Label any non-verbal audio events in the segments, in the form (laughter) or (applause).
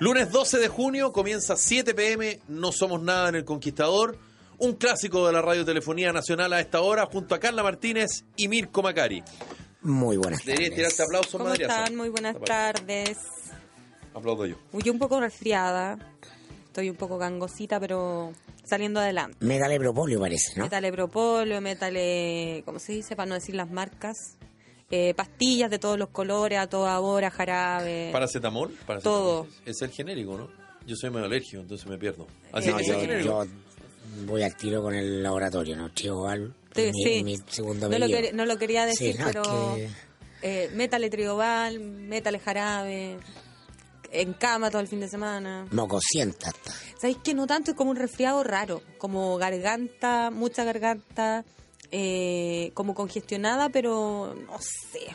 Lunes 12 de junio comienza 7 pm, no somos nada en el Conquistador, un clásico de la radiotelefonía nacional a esta hora junto a Carla Martínez y Mirko Macari. Muy buenas Deberías tardes. tirarte aplausos, ¿Cómo madriaza. están? Muy buenas tardes. Aplaudo yo. Uy, Yo un poco resfriada. Estoy un poco gangosita, pero saliendo adelante. Métale propolio parece, ¿no? Métale propolio, métale, ¿cómo se dice? Para no decir las marcas. Eh, pastillas de todos los colores, a toda hora, jarabe. Paracetamol, paracetamol. Eh, Todo. Es el genérico, ¿no? Yo soy medio alérgico, entonces me pierdo. Eh, Así No, es el yo, genérico. yo voy al tiro con el laboratorio, ¿no? Trioval, Sí, mi, sí. mi segundo no, lo apellido. quer- no lo quería decir, Sí, ah, no, pero que- eh, métale trigobal, métale jarabe, en cama todo el fin de semana. Mocosienta hasta. ¿Sabéis que no tanto? Es como un resfriado raro, como garganta, mucha garganta, eh, como congestionada, pero no sé.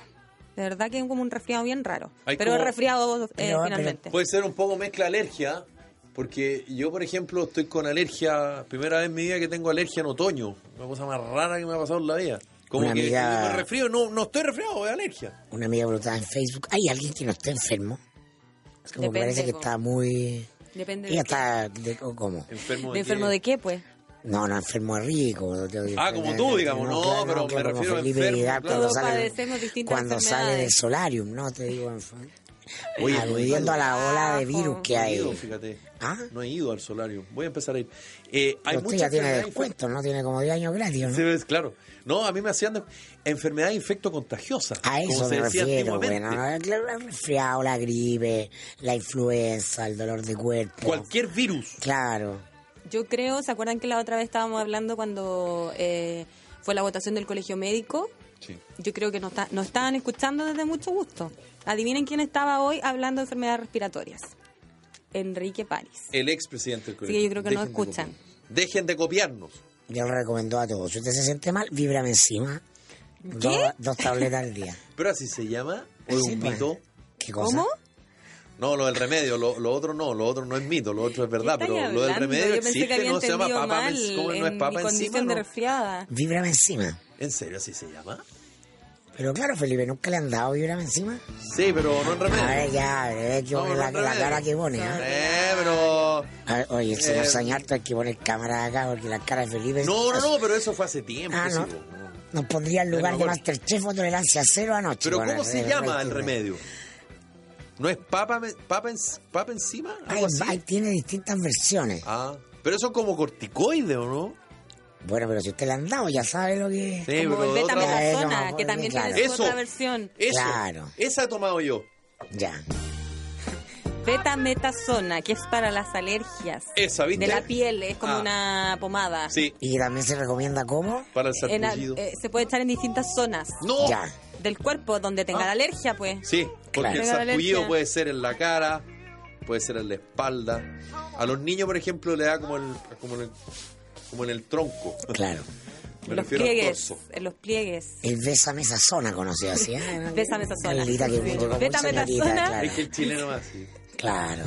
De verdad que es como un resfriado bien raro. Hay pero como- resfriado eh, Pero- pues, finalmente. Puede ser un poco mezcla alergia, porque yo, por ejemplo, estoy con alergia, primera vez en mi vida que tengo alergia en otoño, una cosa más rara que me ha pasado en la vida. Como Una que amiga- me resfrío, no, no estoy resfriado, es alergia. Una amiga brutal en Facebook. ¿Hay alguien que no esté enfermo? Es como que Depende, parece que po. está muy... Depende Ella de, está... De, o ¿Cómo? Enfermo de de, enfermo qué? de qué, pues. No, no, enfermo rico. Ah, como tú, digamos, no, pero me como refiero a Felipe enfermo, claro. Vidal cuando Todos padecemos sale, distintas cuando sale del enfermedades. solarium, ¿no? Te digo, enfermo. Oye, Aludiendo a la ola de virus que No he ido, hay. fíjate. ¿Ah? No he ido al solario. Voy a empezar a ir. Eh, hay Usted muchas ya tiene enfermedades descuento, ¿no? Tiene como 10 años gratis, ¿o ¿no? Sí, ves, claro. No, a mí me hacían de- enfermedad infectocontagiosa. A eso como se me decía refiero, antiguamente. bueno, el resfriado, la gripe, la influenza, el dolor de cuerpo. Cualquier virus. Claro. Yo creo, ¿se acuerdan que la otra vez estábamos hablando cuando eh, fue la votación del colegio médico? Sí. Yo creo que nos, está- nos estaban escuchando desde mucho gusto. Adivinen quién estaba hoy hablando de enfermedades respiratorias. Enrique París. El expresidente del colegio. Sí, yo creo que no Dejen de escuchan. copiar. Dejen de copiarnos. Yo lo recomiendo a todos. Si usted se siente mal, víbrame encima. ¿Qué? Dos, dos tabletas al día. Pero así se llama. ¿O es Sí, un pues. mito? ¿Qué cosa? ¿Cómo? No, lo del remedio, lo, lo otro no, lo otro no es mito, lo otro es verdad, ¿Qué pero estáis lo del hablando? remedio Yo pensé que existe, había no se llama entendido papa, mal mens- ¿cómo no es en papa mi encima? condición de no? resfriada. Víbrame encima. ¿En serio así se llama? Pero claro, Felipe, ¿nunca le han dado víbrame encima? Sí, pero no en remedio. A ver, ya, debe que No, poner no, la, no, la no. cara que pone. ¿eh? Eh, pero... A ver, oye, el señor Eh, Sañarto hay que poner cámara acá porque la cara de Felipe. No, no, no, pero eso fue hace tiempo. Ah, sí, no. po, no. Nos pondría en Eh, lugar no, de bueno. Masterchef o tolerancia cero anoche. Pero con ¿cómo el- se llama el rating. remedio? ¿No es papa, men- papa, ens- papa encima? Ay, ¿Algo así? ay, tiene distintas versiones. Ah, pero eso es como corticoide, ¿o no? Bueno, pero si usted le han dado, ya sabe lo que. Sí, Como pero el otra- meta- betametasona, Claro. que también tiene su Eso. otra versión. Eso, Claro. esa he tomado yo. Ya. Betametasona, que es para las alergias Esa, Eh, ¿viste? de la piel, es como Ah. una pomada. Sí, Y también se recomienda como. para el En a- sarpullido. eh, se puede echar en distintas zonas ¡No! Ya. del cuerpo donde tenga Ah. la alergia, pues. Sí, porque Claro. el Tengo sarpullido alergia. puede ser en la cara, puede ser en la espalda. A los niños, por ejemplo, le da como, el, como, en, el, como en el tronco. Claro. Me los refiero al pliegues, torso. en los pliegues. El Bésame esa zona conocido así. (laughs) Bésame esa zona. Maldita que Sí. me tocó Bésame esa señorita, zona. Claro. Es que el chileno más así. claro.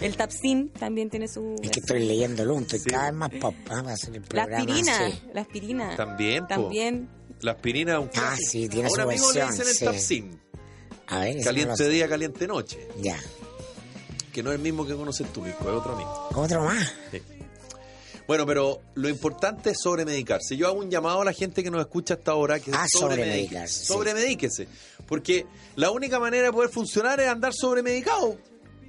El tapsin también tiene su... Es que estoy leyendo lunto y Sí. cada vez más pop. Ah, va a ser el La programa. aspirina, sí. la aspirina. También, po. También. La aspirina es un clásico. Ah, sí, tiene A un su amigo le versión, dicen el sí. Tapsin. A ver, ese no lo Caliente sé. día, caliente noche. Ya. Que no es el mismo que conoces tú, Mico, es otro amigo. Otro más. Bueno, pero lo importante es sobremedicarse. Yo hago un llamado a la gente que nos escucha hasta ahora que Ah, sobremedique- sobremedicarse, sí. Sobremedíquese. Porque la única manera de poder funcionar es andar sobremedicado.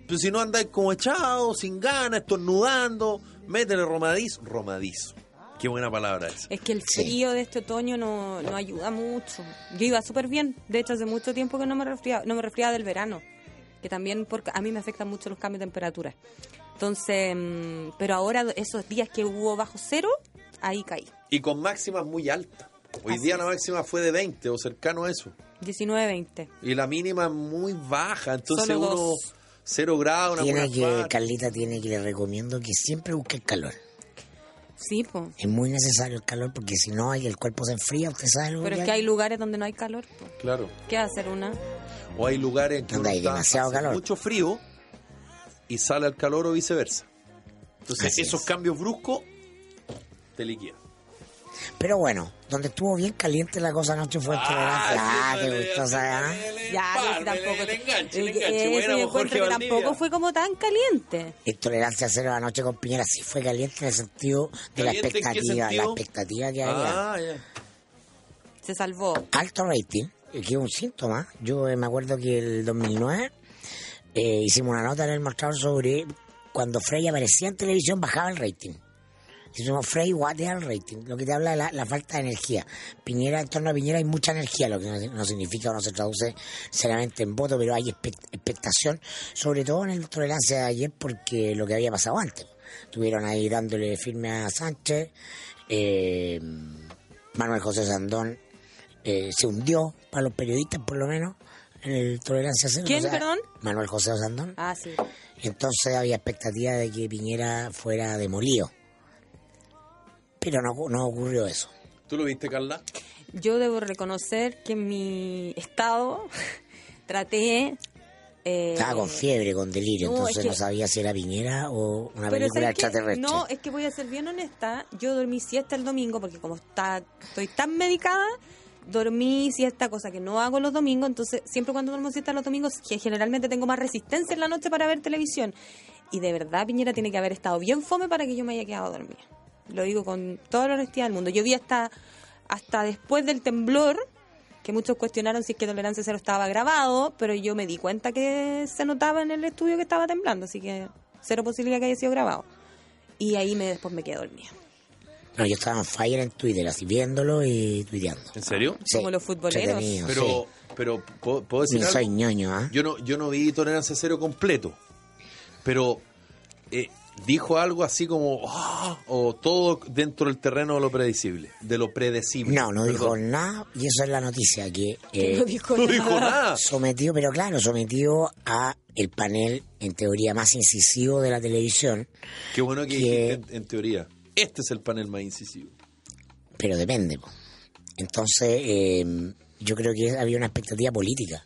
Pero si no andáis como echado, sin ganas, estornudando, métele romadizo. Romadizo. Qué buena palabra esa. Es que el Sí. frío de este otoño no, no ayuda mucho. Yo iba súper bien. De hecho, hace mucho tiempo que no me resfriaba, no me resfriaba del verano. Que también porque a mí me afectan mucho los cambios de temperatura. Entonces, mm, pero ahora esos días que hubo bajo cero, ahí caí. Y con máximas muy altas. Hoy Así día es. la máxima fue de 20 o cercano a eso. 19, 20. Y la mínima es muy baja, entonces Solo uno dos. cero grados, una Tiene buena que, parte. Carlita, tiene que le recomiendo que siempre busque el calor. Sí, po. Es muy necesario el calor porque si no, ahí el cuerpo se enfría, usted sabe lo Pero es que que hay lugares donde no hay calor. po. Claro. ¿Qué va a hacer una? O hay lugares en que Donde uno hay está- demasiado hace calor. mucho frío y sale al calor o viceversa. Entonces, Así esos es. cambios bruscos te liquidan. Pero bueno, donde estuvo bien caliente la cosa anoche fue en Tolerancia. Ah, sí, qué dale, gustosa, ¿ah? dale, dale, Ya, pero si pármele, tampoco. El enganche, el eh, enganche. eh, Buena, sí, yo vos, Jorge encuentro que Valdivia. tampoco fue como tan caliente. En Tolerancia Cero anoche con Piñera sí fue caliente en el sentido de la ¿Caliente en qué expectativa, la sentido? expectativa que había. Ah, ya. Se salvó. alto rating, que es un síntoma. Yo eh, me acuerdo que el 2009 eh, hicimos una nota en el mostrador sobre cuando Frey aparecía en televisión bajaba el rating. Hicimos Frey guatea el rating, lo que te habla de la, la falta de energía. Piñera, en torno a Piñera hay mucha energía, lo que no, no significa o no se traduce seriamente en voto, pero hay expect- expectación, sobre todo en el tolerancia de ayer, porque lo que había pasado antes. Estuvieron ahí dándole firme a Sánchez, eh, Manuel José Sandón eh, se hundió para los periodistas, por lo menos, en el Tolerancia Cero. ¿Quién, perdón? Manuel José Sandón. Ah, sí. Entonces había expectativa de que Piñera fuera demolido. Pero no, no ocurrió eso. ¿Tú lo viste, Carla? Yo debo reconocer que en mi estado (laughs) traté... eh, Estaba con fiebre, con delirio, no, entonces es que- no sabía si era Piñera o una Pero película ¿sabes qué? extraterrestre. No, es que voy a ser bien honesta. Yo dormí siesta el domingo porque como está, estoy tan medicada, dormí siesta, cosa que no hago los domingos. Entonces, siempre cuando duermo siesta los domingos, que generalmente tengo más resistencia en la noche para ver televisión. Y de verdad, Piñera tiene que haber estado bien fome para que yo me haya quedado dormida. Lo digo con toda la honestidad del mundo. Yo vi hasta, hasta después del temblor que muchos cuestionaron si es que Tolerancia Cero estaba grabado, pero yo me di cuenta que se notaba en el estudio que estaba temblando, así que cero posibilidad que haya sido grabado. Y ahí me después me quedé dormida, No, yo estaba en fire en Twitter, así viéndolo y tuiteando. ¿En serio? Sí, Como los futboleros. entretenido, Pero, pero ¿puedo, puedo sí. decir Ni algo? soy ñoño, ¿ah? Yo no, yo no vi tolerancia cero completo, pero eh, dijo algo así como "Ah", o todo dentro del terreno de lo predecible, de lo predecible. No, no dijo Perdón. nada y eso es la noticia, que que eh, no dijo No nada. dijo nada. sometido, pero claro, sometido a el panel en teoría más incisivo de la televisión, Qué bueno (laughs) que, Que- dijiste en, en teoría. Este es el panel más incisivo. pero depende. po. Entonces, eh, yo creo que había una expectativa política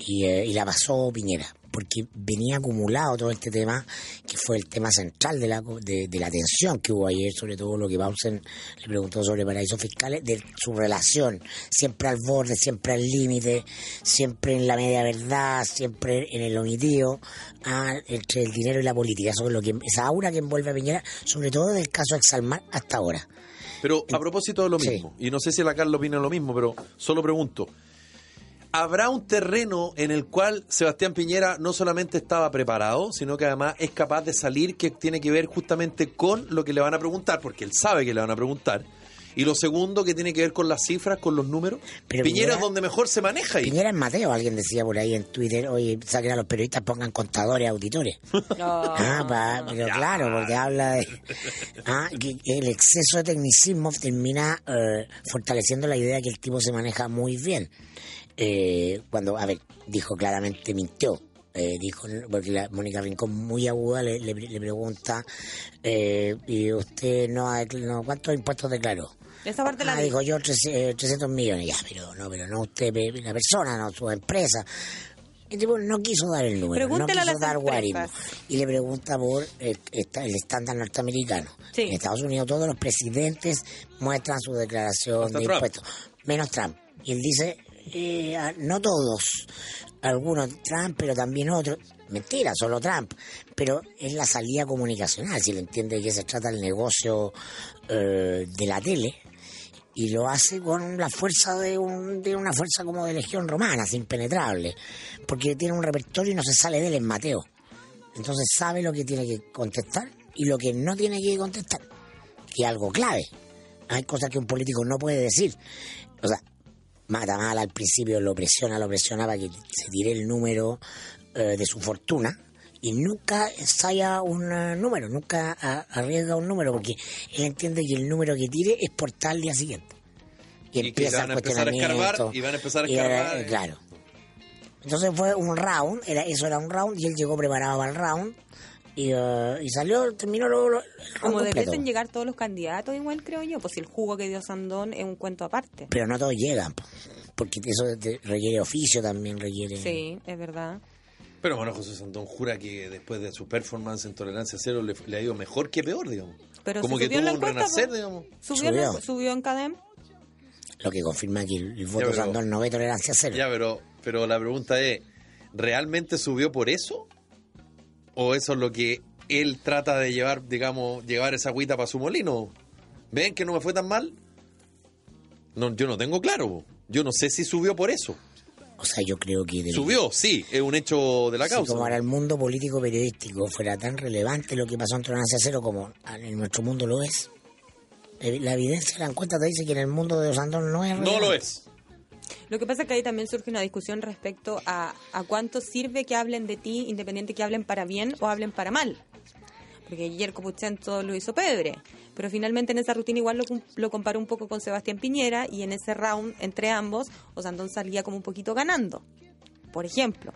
y, eh, y la pasó Piñera, porque venía acumulado todo este tema, que fue el tema central de la, co- de, de la tensión que hubo ayer, sobre todo lo que Bausen le preguntó sobre paraísos fiscales, de su relación, siempre al borde, siempre al límite, siempre en la media verdad, siempre en el omitido, ah, entre el dinero y la política, sobre lo que, esa aura que envuelve a Piñera, sobre todo del caso Exalmar hasta ahora. Pero a propósito de lo Sí. mismo, y no sé si la Carla opina lo mismo, pero solo pregunto. ¿Habrá un terreno en el cual Sebastián Piñera no solamente estaba preparado, sino que además es capaz de salir que tiene que ver justamente con lo que le van a preguntar, porque él sabe que le van a preguntar? Y lo segundo que tiene que ver con las cifras, con los números. Piñera Pero Piñera- es donde mejor se maneja ahí. Piñera es Mateo, alguien decía por ahí en Twitter, oye, saquen a los periodistas, pongan contadores, auditores. No. Ah, pa- pero claro, porque habla de... Ah, que el exceso de tecnicismo termina eh, fortaleciendo la idea de que el tipo se maneja muy bien. Eh, cuando, a ver, dijo claramente, mintió. Eh, dijo, porque la Mónica Rincón, muy aguda, le, le, le pregunta, eh, ¿y usted no, ha decl- no cuántos impuestos declaró? Esa parte la Ah, vi. dijo yo 300, 300 millones, ya, pero no, pero no usted, pe- la persona, no su empresa. El tipo no quiso dar el número, Pregúntele a no las quiso dar guarismo. empresas. Y le pregunta por eh, esta- el estándar norteamericano. Sí. En Estados Unidos todos los presidentes muestran su declaración Hasta de Trump. impuestos, menos Trump. Y él dice, eh, ah, no todos, algunos Trump, pero también otros. Mentira, solo Trump. Pero es la salida comunicacional, si le entiende de qué se trata el negocio eh, de la tele y lo hace con la fuerza de, un, de una fuerza como de legión romana, es impenetrable, porque tiene un repertorio y no se sale de él en Mateo. Entonces sabe lo que tiene que contestar y lo que no tiene que contestar, que es algo clave. Hay cosas que un político no puede decir. O sea, mata mal al principio, lo presiona, lo presiona para que se tire el número eh, de su fortuna. Y nunca ensaya un eh, número, nunca a- arriesga un número, porque él entiende que el número que tire es por tal día siguiente. Y, Y que empieza van el a empezar a cuestionamiento. escarbar, y van a empezar a Y ahora, escarbar, eh, eh. claro. Entonces fue un round, era, eso era un round, y él llegó preparado para el round. Y, eh, y salió, terminó lo, lo- el round Como completo. debiesen llegar todos los candidatos, igual creo yo. Pues si el jugo que dio Sandón es un cuento aparte. Pero no todos llegan. po. porque eso te- requiere oficio también, requiere... Sí, es verdad. Pero Manuel José Santón jura que después de su performance en Tolerancia Cero le, le ha ido mejor que peor, digamos. Pero Como si que subió en tuvo la un encuesta, renacer, pues. digamos. Subió, en la- Subió. subió en CADEM. Lo que confirma que el, el voto pero- Sandón no ve tolerancia cero. Ya, pero, pero la pregunta es, ¿realmente subió por eso? ¿O eso es lo que él trata de llevar, digamos, llevar esa agüita para su molino? ¿Ven que no me fue tan mal? No, yo no tengo claro. po. Yo no sé si subió por eso. O sea, yo creo que... debería- Subió, sí, es un hecho de la Si causa. como para el mundo político periodístico fuera tan relevante lo que pasó en Tolerancia Cero como en nuestro mundo lo es, evi- la evidencia de la encuesta te dice que en el mundo de Osandón no es No relevante. lo es. Lo que pasa es que ahí también surge una discusión respecto a, a cuánto sirve que hablen de ti, independiente que hablen para bien o hablen para mal. Porque Yerko Puchento lo hizo pebre. Pero finalmente en esa rutina igual lo, cum- lo comparó un poco con Sebastián Piñera y en ese round entre ambos Osandón salía como un poquito ganando. Por ejemplo.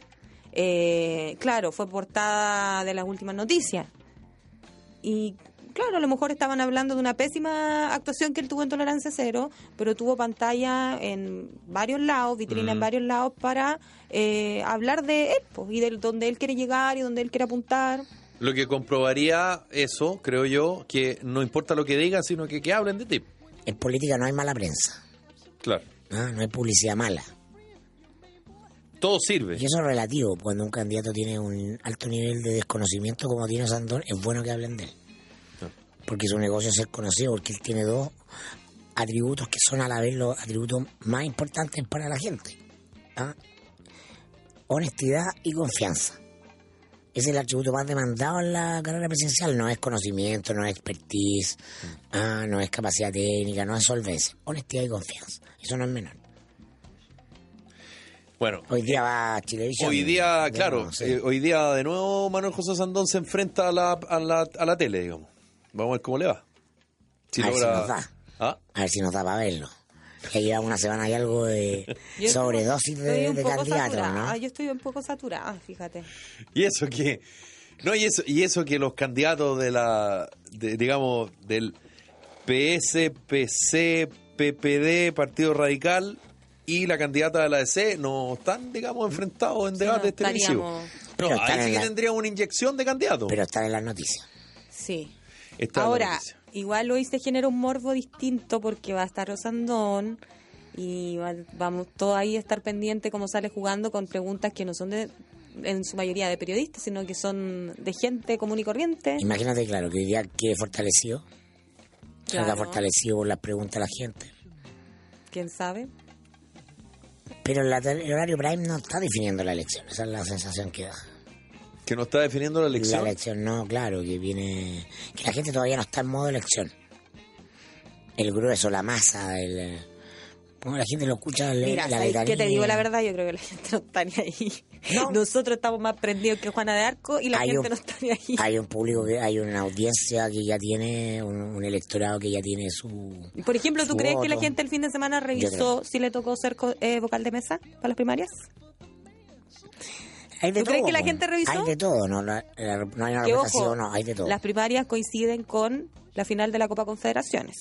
Eh, claro, fue portada de las últimas noticias. Y claro, a lo mejor estaban hablando de una pésima actuación que él tuvo en Tolerancia Cero, pero tuvo pantalla en varios lados, vitrina en varios lados para eh, hablar de él pues, y de donde él quiere llegar y donde él quiere apuntar. Lo que comprobaría eso, creo yo, que no importa lo que digan, sino que, que hablen de ti. En política no hay mala prensa, Claro. ¿no? no hay publicidad mala. Todo Y sirve. eso es relativo, cuando un candidato tiene un alto nivel de desconocimiento como tiene Osandón, es bueno que hablen de él. Ah. Porque su negocio es ser conocido, porque él tiene dos atributos que son a la vez los atributos más importantes para la gente. ¿ah? Honestidad y confianza. Es el atributo más demandado en la carrera presidencial. No es conocimiento, no es expertise, Mm. ah, no es capacidad técnica, no es solvencia. Honestidad y confianza. Eso no es menor. Bueno, Hoy día va a Chilevisión. Hoy día, De claro, nuevo, sí. eh, hoy día de nuevo Manuel José Sandón se enfrenta a la, a la, a la tele, digamos. Vamos a ver cómo le va. Si A ver si logra- nos da. ¿Ah? A ver si nos da para verlo. Ya lleva una semana y algo de (laughs) Yo sobredosis estoy de, un de poco candidatos, saturada, ¿no? Yo estoy un poco saturada, fíjate. Y eso que. No, y eso, y eso que los candidatos de la. de- digamos, del PS, PC, PPD, Partido Radical y la candidata de la DC no están, digamos, enfrentados en debates televisivos. estaríamos- No, Pero están ahí sí en que la- tendría una inyección de candidatos. Pero está en las noticias. Sí. Esta es la Ahora, noticia. igual hoy se genera un morbo distinto porque va a estar Osandón y va- vamos todo ahí a estar pendiente cómo sale jugando con preguntas que no son de en su mayoría de periodistas, sino que son de gente común y corriente. Imagínate, claro, que hoy día quede fortalecido. Salga Claro. fortalecido por las preguntas de la gente. ¿Quién sabe? Pero la tel- el horario prime no está definiendo la elección. Esa es la sensación que da. que no está definiendo la elección. La elección no, claro, que viene... Que la gente todavía no está en modo elección. El grueso, la masa, el... eh, Bueno, la gente lo escucha, le- Mira, la ¿sabes qué te digo letanía. la verdad? Yo creo que la gente no está ni ahí. Nosotros estamos más prendidos que Juana de Arco y la Hay un- gente no está (laughs) ni ahí. hay un público que hay una audiencia que ya tiene un, un electorado que ya tiene su Por ejemplo, ¿tú su crees que la voto. gente el fin de semana revisó creo. si le tocó ser co- eh, vocal de mesa para las primarias? hay de ¿Tú crees que la po. gente revisó? hay de todo no, La- la- no hay una Que representación ojo, no hay de todo Las primarias coinciden con la final de la Copa Confederaciones.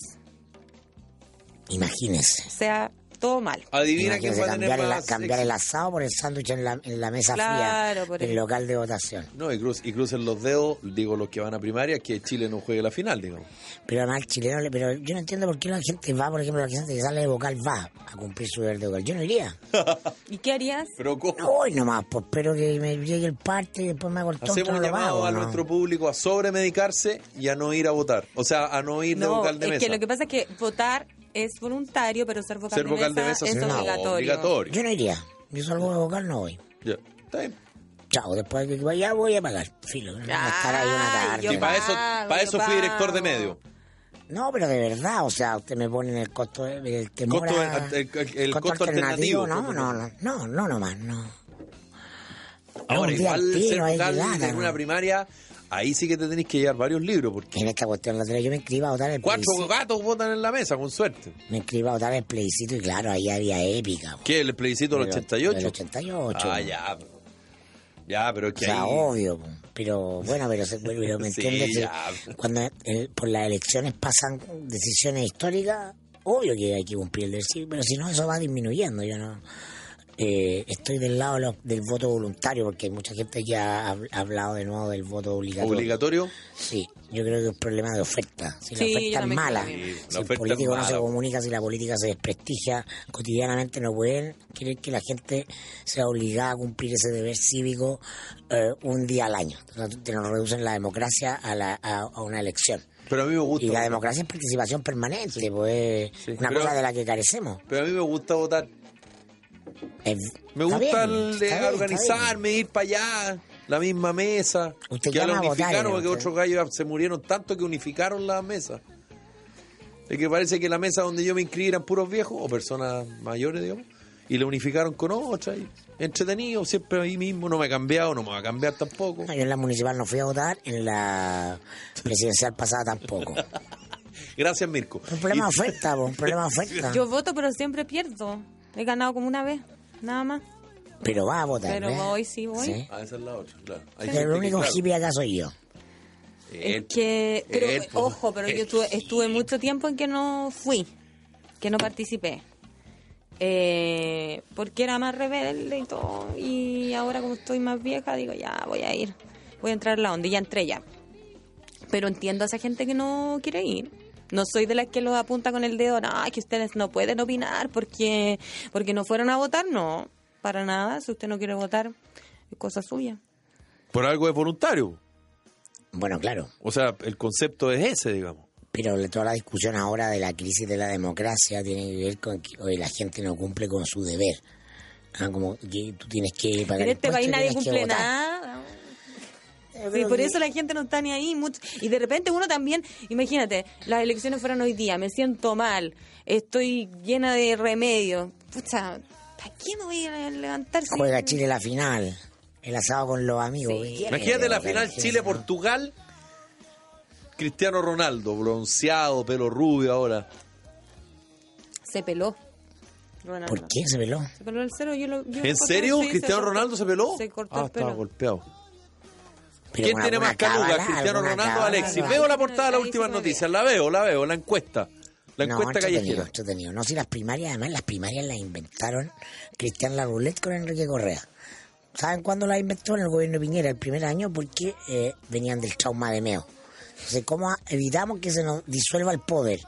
imagínense O sea, todo mal. Adivina quién Imagínense va a tener cambiar, el, más. cambiar el asado por el sándwich en la, en la mesa Claro, fría por del el- local de votación No, y, cruz, y crucen los dedos, digo los que van a primaria, que Chile no juegue la final, digamos. pero además el chileno le- pero yo no entiendo por qué la gente va por ejemplo la gente que sale de vocal va a cumplir su deber de vocal yo no iría ¿Y qué harías? Pero ¿cómo? no voy nomás pues espero que me llegue el parte y después me hago el tonto Hacemos no un lo llamado pago, a ¿no? nuestro público a sobremedicarse y a no ir a votar. O sea, a no ir de No, vocal de es mesa. que lo que pasa es que votar es voluntario, pero ser vocal, Ser de, vocal de mesa mesa sí, es no, obligatorio. obligatorio. yo no iría yo salgo de vocal no voy Ya, está bien. Chao, después de que vaya voy a pagar. Filo, no voy a estar ahí una Ay, tarde. yo Y para eso, pago, para yo eso fui director de pago. medio. No, pero de verdad, o sea, usted me pone en el costo, el temor Costo- a- el- el- el costo alternativo, No, costo- no, no, no, no, no más, no. Ahora, un día igual al tiro, ser ahí vocal llegada, en una ¿no? primaria, ahí sí que te tenés que llevar varios libros, porque En esta cuestión de la otra vez yo me inscribí a votar el cuatro plebiscito. gatos votan en la mesa, con suerte. Me inscribí a votar el plebiscito y claro, ahí había épica. po. ¿Qué? ¿El plebiscito del Pero- 88? del 88. Ah, ya. pero- Ya, pero es O que sea, oh, ahí... obvio, po. pero bueno, pero, (laughs) se- pero me Sí, entiendes que eh, ya. cuando el- por las elecciones pasan decisiones históricas obvio que hay que cumplir el deber, pero si no, eso va disminuyendo. Yo no eh, estoy del lado de los- del voto voluntario, porque hay mucha gente que ha hab- hablado de nuevo del voto obligatorio. ¿Obligatorio? Sí, yo creo que es un problema de oferta. Si la Sí, yo oferta es también mala, creo que- Sí, la si el oferta es político no se mala. comunica, si la política se desprestigia cotidianamente, no pueden querer que la gente sea obligada a cumplir ese deber cívico eh, un día al año. Entonces, te nos reducen la democracia a, la- a- a una elección. Pero a mí me Y la gusta. democracia es participación permanente, pues Sí, una pero- cosa de la que carecemos. Pero a mí me gusta votar. Es- Me gusta está bien, el está de bien, está bien. organizarme, ir para allá, la misma mesa. Usted que ya la llama a votar, unificaron, ¿no? porque Usted. otros gallos se murieron tanto que unificaron la mesa. Es que parece que la mesa donde yo me inscribí eran puros viejos o personas mayores, digamos, y la unificaron con otra. y entretenido, siempre ahí mismo, no me ha cambiado, no me va a cambiar tampoco. No, Yo en la municipal no fui a votar, en la presidencial pasada (laughs) tampoco. Gracias, Mirko. Un problema de oferta, po, un problema de oferta. Yo voto, pero siempre pierdo. He ganado como una vez, nada más. Pero va a votar. Pero ¿verdad? voy, sí voy. Sí. Ah, esa es la otra, claro. Hay gente Pero que, el único claro, hippie acá soy yo. él- Es que, pero él, pues, ojo, pero yo él. estuve, estuve mucho tiempo en que no fui, que no participé. Eh, porque era más rebelde y todo. Y ahora como estoy más vieja, digo, ya voy a ir, voy a entrar en la onda y ya entré ya. Pero entiendo a esa gente que no quiere ir. No soy de las que los apunta con el dedo, no, es que ustedes no pueden opinar porque, porque no fueron a votar. No, para nada. Si usted no quiere votar, es cosa suya. Por algo es voluntario. Bueno, claro. O sea, el concepto es ese, digamos. Pero la- toda la discusión ahora de la crisis de la democracia tiene que ver con que hoy la gente no cumple con su deber. Ah, como que tú tienes que pagar En este impuestos y país nadie tienes que cumple votar. nada. Yo Sí, creo por que- eso la gente no está ni ahí. mucho. Y de repente uno también, imagínate, las elecciones fueron hoy día, me siento mal, estoy llena de remedios. Pucha, ¿para qué me voy a levantar? si- Juega Chile la final. El asado con los amigos. Sí. ¿qué quieres? Imagínate la final Imagínate, ¿no? Chile-Portugal. Cristiano Ronaldo, bronceado, pelo rubio ahora. Se peló. Ronaldo. ¿Por qué se veló? Se peló el cero. Yo lo, yo ¿En lo- serio? sí, se ¿Cristiano cortó- Ronaldo se peló? Se cortó ah, el estaba pelo. golpeado. Pero ¿Quién con tiene alguna más caluga? cábala, ¿Cristiano alguna Ronaldo o cábala. Alexis? cábala. Veo la portada de las Ahí se últimas me ve. noticias. La veo, la veo, la encuesta. La no, encuesta entretenido, callejera. entretenido. No, si las primarias, además las primarias las inventaron Cristian Larroulet con Enrique Correa. ¿Saben cuándo las inventó? En el gobierno de Piñera, el primer año, porque eh, venían del trauma de Meo. Entonces, ¿cómo a- evitamos que se nos disuelva el poder?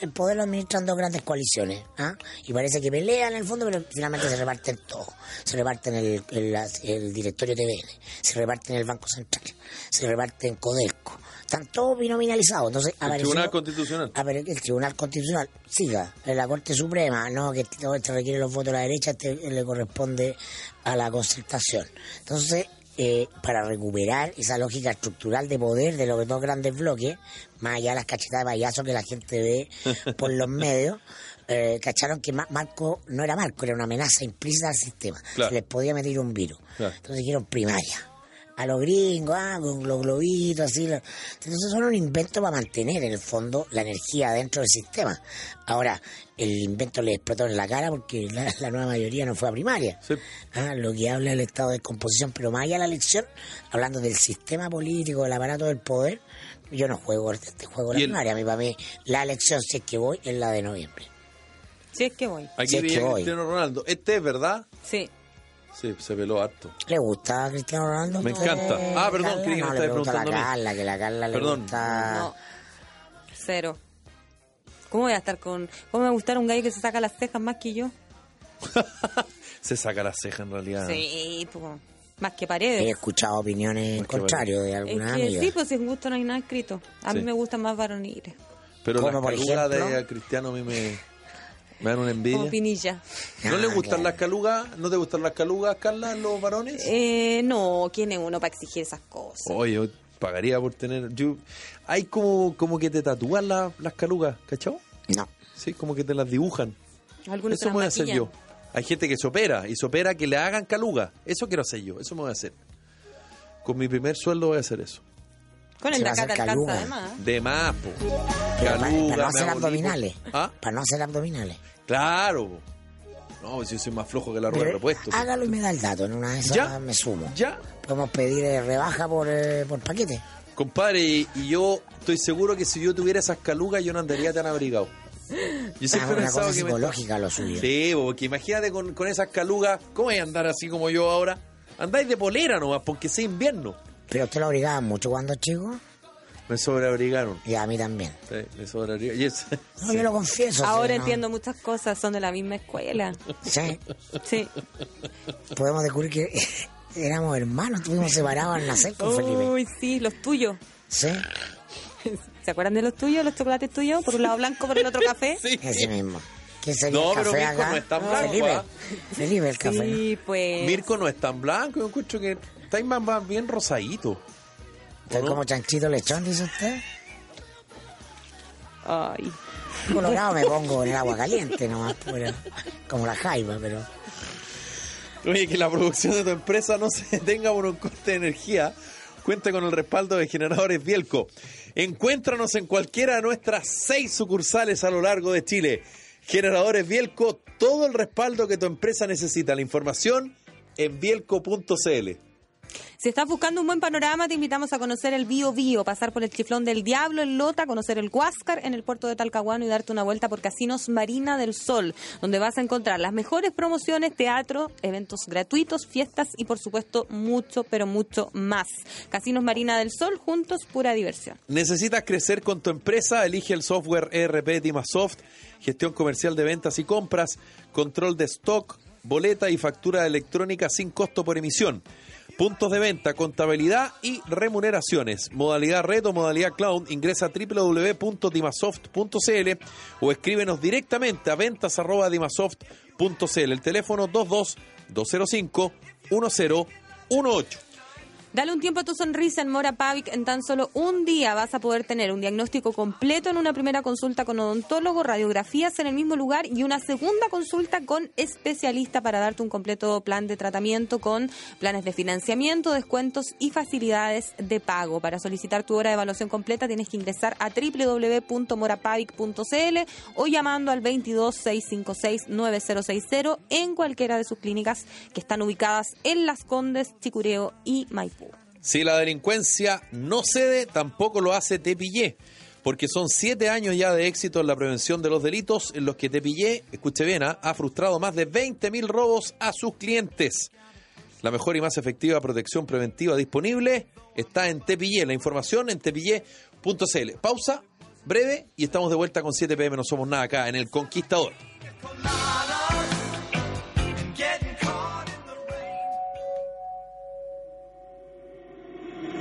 El poder lo administran dos grandes coaliciones. ¿ah? Y parece que pelean en el fondo, pero finalmente se reparten todo. Se reparten el, el, el directorio TVN, se reparten el Banco Central, se reparten Codelco. Están todos binominalizados. Entonces, El apareció- Tribunal Constitucional. a ver, el Tribunal Constitucional siga, eh, la Corte Suprema, no, que todo esto requiere los votos de la derecha, este le corresponde a la concertación. Entonces, eh, para recuperar esa lógica estructural de poder de los dos grandes bloques, más allá de las cachetadas de payaso que la gente ve por los medios, eh, cacharon que Ma- Marco no era Marco, era una amenaza implícita al sistema. Claro. Se les podía meter un virus. Claro. Entonces dijeron primaria. A los gringos, ah, con los globitos, así. lo- Entonces son un invento para mantener, en el fondo, la energía dentro del sistema. Ahora, el invento le explotó en la cara porque la, la nueva mayoría no fue a primaria. Sí. Ah, lo que habla el estado de descomposición, pero más allá de la elección, hablando del sistema político, del aparato del poder, yo no juego este juego la Y el- primaria. A mí, para mí, la elección, si es que voy, es la de noviembre. Sí, es que voy. Aquí Si es que veía voy. Cristiano Ronaldo. Este es verdad. Sí. Sí, se peló harto. ¿Le gusta a Cristiano Ronaldo? Me Eh, encanta. Ah, perdón, Carla, creí que me estabas no, le pregunto a preguntando la a mí. Carla, que la Carla Perdón. le gusta... No. Cero. ¿Cómo voy a estar con.? ¿Cómo me va a gustar un gallo que se saca las cejas más que yo? Se saca la ceja en realidad. Sí, pues, más que paredes. He escuchado opiniones Pues qué contrarias de Es que algunas sí, amigas. pues sin gusto no hay nada escrito. A Sí. mí me gustan más varoniles, Pero las Como por calugas de ejemplo. a Cristiano a mí me, me dan una como envidia. pinilla. ¿No le Ah, gustan claro. las calugas? ¿No te gustan las calugas, Carla, los varones? Eh, no, ¿quién es uno para exigir esas cosas? Oye, yo pagaría por tener. Yo, hay como, como que te tatúan la- las calugas, ¿cachao? No. Sí, como que te las dibujan. Algunos eso se las me voy a hacer maquillan. yo. Hay gente que se opera y se opera que le hagan caluga. Eso quiero hacer yo, eso me voy a hacer. Con mi primer sueldo voy a hacer eso. Con Se el va a hacer Dakar alcanza caluga. además. ¿eh? De más, po. Pero Caluga, pa- para no me hacer hago lipo. abdominales. Ah, Para no hacer abdominales. claro. po. No, si yo soy más flojo que la rueda de Pero repuesto. po. hágalo y me da el dato. En una de esas Ya. me sumo. Ya, Podemos pedir eh, rebaja por, eh, por paquete. compadre, y, y yo estoy seguro que si yo tuviera esas calugas yo no andaría tan abrigado. Yo Es siempre he Ah, una pensado cosa que me está- psicológica lo suyo. Sí, bo, porque imagínate con, con esas calugas, ¿cómo vais a andar así como yo ahora? Andáis de polera nomás, porque es invierno. Pero usted lo obligaba mucho cuando chico Me sobreabrigaron. y a mí también. Sí, me sobreabrigaron. Y es- (laughs) No, yo lo confieso. Ahora sí, ¿no? entiendo muchas cosas, son de la misma escuela. Sí, Sí. podemos descubrir que (laughs) éramos hermanos, estuvimos separados al nacer Oh. con Felipe. Uy, sí, los tuyos. Sí, ¿Se acuerdan de los tuyos, los chocolates tuyos? Por un lado blanco, por el otro café. Sí. ese mismo. ¿Quién sería No, el pero café Mirko acá? no es tan blanco, Felipe. ¿ah? Felipe, el café. Sí, pues. Mirko no es tan blanco, yo encuentro que estáis más, más bien rosadito. Estoy ¿no? como chanchito lechón, dice usted. Ay. Colorado me pongo en el agua caliente nomás, pero- como la jaiba, pero... Oye, que la producción de tu empresa no se (laughs) detenga por un coste de energía. Cuenta con el respaldo de Generadores Bielco. Encuéntranos en cualquiera de nuestras seis sucursales a lo largo de Chile. Generadores Bielco, todo el respaldo que tu empresa necesita. La información en bielco.cl. Si estás buscando un buen panorama, te invitamos a conocer el Bío Bío, pasar por el Chiflón del Diablo en Lota, conocer el Huáscar en el puerto de Talcahuano y darte una vuelta por Casinos Marina del Sol, donde vas a encontrar las mejores promociones, teatro, eventos gratuitos, fiestas y, por supuesto, mucho, pero mucho más. Casinos Marina del Sol, juntos, pura diversión. ¿Necesitas crecer con tu empresa? Elige el software ERP Dimasoft, gestión comercial de ventas y compras, control de stock, boleta y factura electrónica sin costo por emisión. Puntos de venta, contabilidad y remuneraciones. Modalidad red o modalidad cloud. Ingresa a www.dimasoft.cl o escríbenos directamente a ventas.dimasoft.cl. El teléfono 22 205 1018. Dale un tiempo a tu sonrisa en Mora Pavic. En tan solo un día vas a poder tener un diagnóstico completo en una primera consulta con odontólogo, radiografías en el mismo lugar y una segunda consulta con especialista para darte un completo plan de tratamiento con planes de financiamiento, descuentos y facilidades de pago. Para solicitar tu hora de evaluación completa tienes que ingresar a www.morapavic.cl o llamando al 22 656 9060 en cualquiera de sus clínicas que están ubicadas en Las Condes, Chicureo y Maipú. Si la delincuencia no cede, tampoco lo hace Tepillé, porque son siete años ya de éxito en la prevención de los delitos, en los que Tepillé, escuche bien, ¿ah? ha frustrado más de 20.000 robos a sus clientes. La mejor y más efectiva protección preventiva disponible está en Tepillé. La información en tepillé.cl. Pausa, breve, y estamos de vuelta con 7 pm. No somos nada acá en El Conquistador.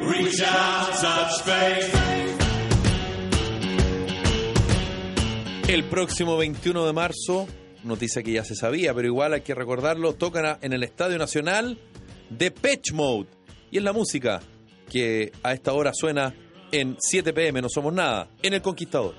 Reach out, touch faith. El próximo 21 de marzo, noticia que ya se sabía, pero igual hay que recordarlo, tocan a- en el Estadio Nacional de Pitch Mode. Y es la música que a esta hora suena en 7 pm, no somos nada, en El Conquistador.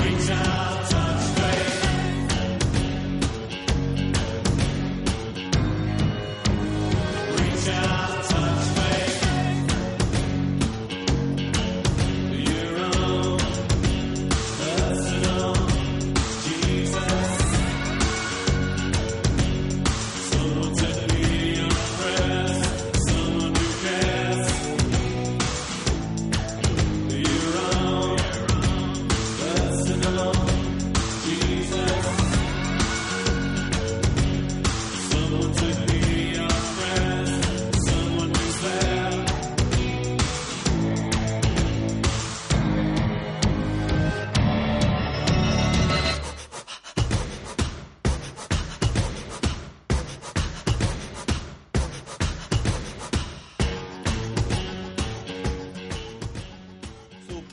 Reach out, touch faith.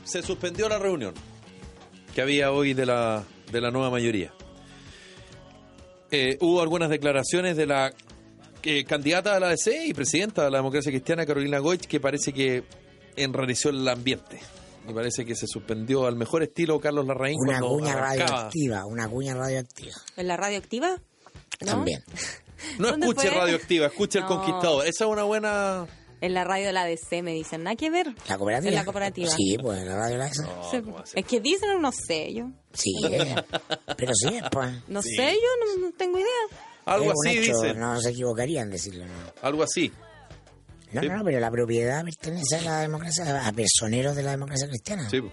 se suspendió la reunión que había hoy de la, de la nueva mayoría. Eh, hubo algunas declaraciones de la eh, candidata a la DC y presidenta de la democracia cristiana, Carolina Goich, que parece que enrareció el ambiente. Y parece que se suspendió al mejor estilo Carlos Larraín Una cuando cuña arrancaba. radioactiva, una cuña radioactiva. ¿En la radio activa? ¿No? También. No ¿Dónde escuche fue? Radioactiva, escuche El No. Conquistador. Esa es una buena... En la radio de la DC me dicen, nada que ver. ¿La cooperativa? En la cooperativa. Sí, pues en la radio la esa. Se- ¿cómo va a ser? es que dicen o no sé yo. (laughs) Sí, eh, pero sí, pues. No sé yo, no, no tengo idea. Algo es un así, hecho, dice. No se equivocarían decirlo. No. Algo así. No, Sí. no, pero la propiedad pertenece a la democracia, a personeros de la democracia cristiana. Sí. po.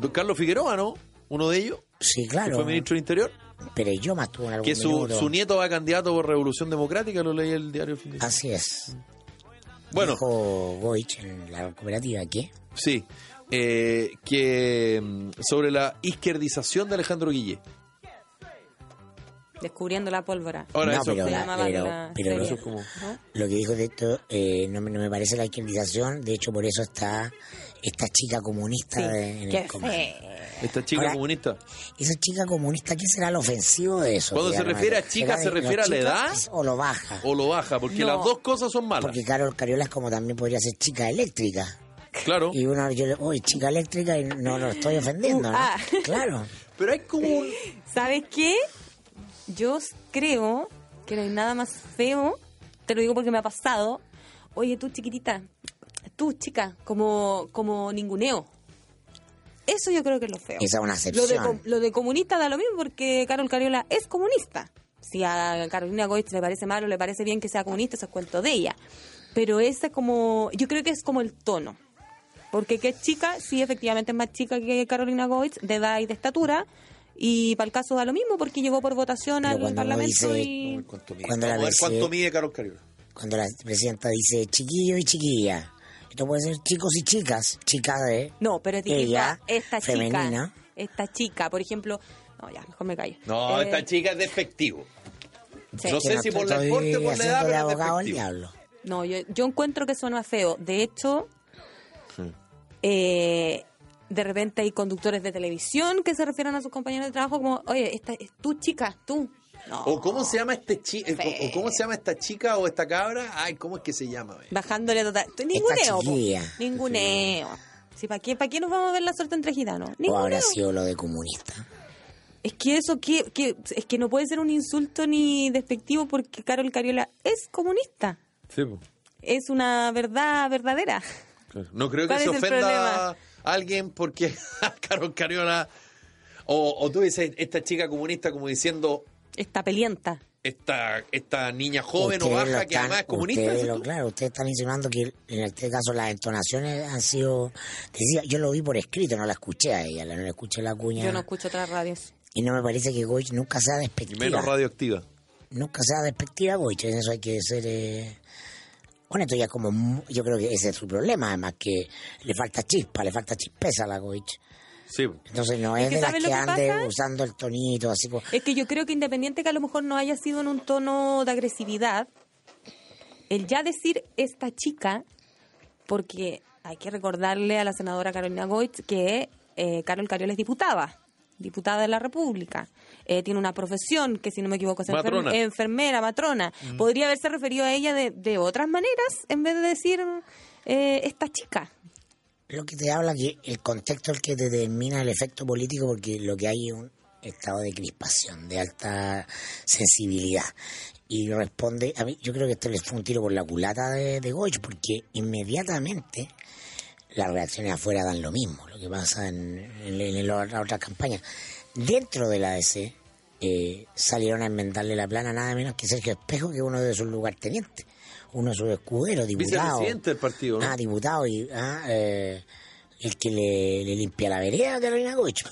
Don Carlos Figueroa, ¿no? Uno de ellos, Sí, que claro. fue ministro del Interior, Pero yo más tuvo en algún que su, minuto. su nieto va candidato por Revolución Democrática, lo leí en el diario. el fin de semana. Así es. Bueno, Dijo Goich en la cooperativa que sí. Eh, que mm, sobre la izquierdización de Alejandro Guille. Descubriendo la pólvora. Ahora No, eso pero Se la- llamaban pero- la pero serie. eso es como- Ajá. lo que dijo de esto eh, no, me- no me parece la izquierdización. De hecho, por eso está esta chica comunista Sí, de- en el qué comando. feo. esta chica Ahora, comunista. Esa chica comunista, ¿qué será lo ofensivo de eso? Cuando Que se llaman? refiere a chica, ¿Será se de- refiere los a la edad? chicas O lo baja. O lo baja, porque No. las dos cosas son malas. Porque Carol Cariola es como también podría ser chica eléctrica. Claro. Y uno, yo le oye, chica eléctrica y no lo estoy ofendiendo, ¿no? ah. (laughs) Claro. Pero hay como un... ¿Sabes qué? Yo s- creo que no hay nada más feo, te lo digo porque me ha pasado. Oye, tú chiquitita, tú chica, como, como ninguneo. Eso yo creo que es lo feo. Esa es una Lo de, excepción. com- lo de comunista da lo mismo porque Carol Cariola es comunista. Si a Carolina Goetz le parece malo, le parece bien que sea comunista, eso es cuento de ella. Pero esa como, yo creo que es como el tono. Porque que es chica, sí, efectivamente es más chica que Carolina Goitz, de edad y de estatura. Y para el caso da lo mismo, porque llegó por votación Pero al cuando uno Parlamento dice- y... ¿Cuánto mide? Cuando la Vamos a ver ves, cuánto eh. mide Carlos Cariola. Cuando la presidenta dice chiquillo y chiquilla. Esto puede ser chicos y chicas. Chica de... No, pero es distinto Ella, a esta femenina. chica. Esta chica, por ejemplo... No, ya, mejor me callo. No, Eh, esta chica es despectivo. sí. no sé. si por la estoy corte o por la este haciendo edad, de pero es abogado al despectivo. diablo. No, yo, yo encuentro que suena feo. De hecho, eh, de repente hay conductores de televisión que se refieren a sus compañeros de trabajo como, oye, esta es tu chica, tú. No. ¿O cómo se llama este chi- eh, o- o cómo se llama esta chica o esta cabra? Ay, ¿cómo es que se llama? ve? Bajándole total. tú- Ninguneo. po. chiquilla. Oh, Ninguneo. Sí, ¿para qué, pa' qué nos vamos a ver la suerte entre gitanos? O Ninguneo. habrá sido lo de comunista. Es que eso, que, que- es que no puede ser un insulto ni despectivo porque Carol Cariola es comunista. Es una verdad verdadera. No creo que ¿Cuál se es el ofenda a problema? alguien porque (laughs) Carol Cariola o, o tú dices esta chica comunista como diciendo Está pelienta. esta esta niña joven o Ustedes baja lo que están- además es comunista. ustedes dices lo- tú. claro, ustedes están insinuando que en este caso las entonaciones han sido... decía, yo lo vi por escrito, no la escuché a ella, no la escuché la cuña. Yo no escucho otras radios. Y no me parece que Goich nunca sea Y despectiva. menos radioactiva. Nunca sea despectiva Goich, en eso hay que ser... Eh... Honesto, ya como... mu- Yo creo que ese es su problema, además que le falta chispa, le falta chispeza a la Goich. Sí. po. Entonces no es, que de las ¿sabes lo que que ande pasa? usando el tonito, así como... Es que yo creo que independiente que a lo mejor no haya sido en un tono de agresividad, el ya decir esta chica, porque hay que recordarle a la senadora Carolina Goitz que eh, Carol Cariola es diputada, diputada de la República. Eh, tiene una profesión que, si no me equivoco, es enfer- Matrona. enfermera, matrona. Podría haberse referido a ella de, de otras maneras en vez de decir eh, esta chica. Lo que te habla que el contexto es el que determina el efecto político porque lo que hay es un estado de crispación, de alta sensibilidad. Y responde, a mí yo creo que esto le fue un tiro por la culata de, de Goich porque inmediatamente las reacciones afuera dan lo mismo, lo que pasa en, en- en las otras campañas. Dentro de la ADC eh, salieron a enmendarle la plana nada menos que Sergio Espejo, que es uno de sus lugartenientes, uno de sus escuderos, diputados. Vicepresidente del partido, ¿no? Ah, diputado y ah, eh, el que le, le limpia la vereda a Carolina Goich.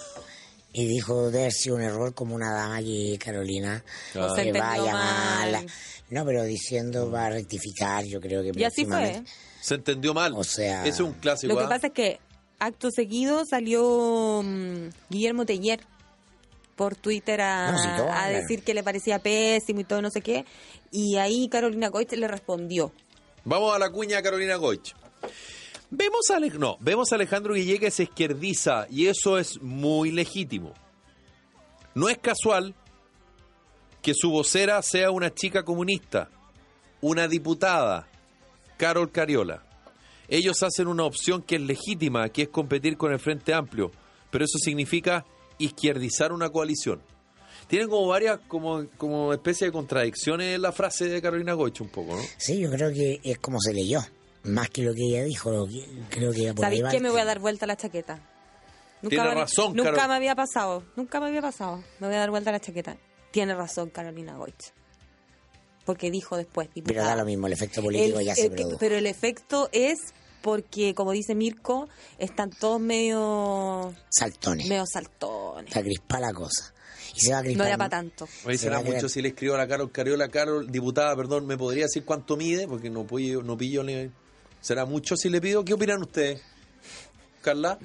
Y dijo debe haber sido un error como una dama que Carolina Claro. que Se entendió va a llamarla. mal. No, pero diciendo va a rectificar, yo creo que Y así fue. próximamente- Se entendió mal. O sea, Ese es un clásico. Lo que ¿ah? pasa es que acto seguido salió mm, Guillermo Teller por Twitter a, No, Ah, sí, todo a hablan. decir que le parecía pésimo y todo no sé qué. Y ahí Carolina Goitz le respondió. Vamos a la cuña de Carolina Goich. Vemos a, Ale- no, vemos a Alejandro Guille que se izquierdiza y eso es muy legítimo. No es casual que su vocera sea una chica comunista, una diputada, Carol Cariola. Ellos hacen una opción que es legítima, que es competir con el Frente Amplio, pero eso significa izquierdizar una coalición. Tienen como varias, como, como especie de contradicciones en la frase de Carolina Goich un poco, ¿no? Sí, yo creo que es como se leyó, más que lo que ella dijo. lo que- Creo que era por ¿Sabéis ahí qué? va. Me voy a dar vuelta a la chaqueta. Tiene me- razón, Nunca Carol. me había pasado. Nunca me había pasado. Me voy a dar vuelta a la chaqueta. Tiene razón Carolina Goich. Porque dijo después. Pero diputada. da lo mismo, el efecto político El- ya se el que- produjo. Pero el efecto es porque, como dice Mirko, están todos medio, Saltones. medio saltones. Está crispa la cosa. Y se va a No crispar. era para tanto. Me dicen Se va ah, a mucho creer. si le escribo a la Carol Cariola, Carol, diputada, perdón, ¿me podría decir cuánto mide? Porque no pillo, no pillo ni- ¿Será mucho si le pido? ¿Qué opinan ustedes? Carla,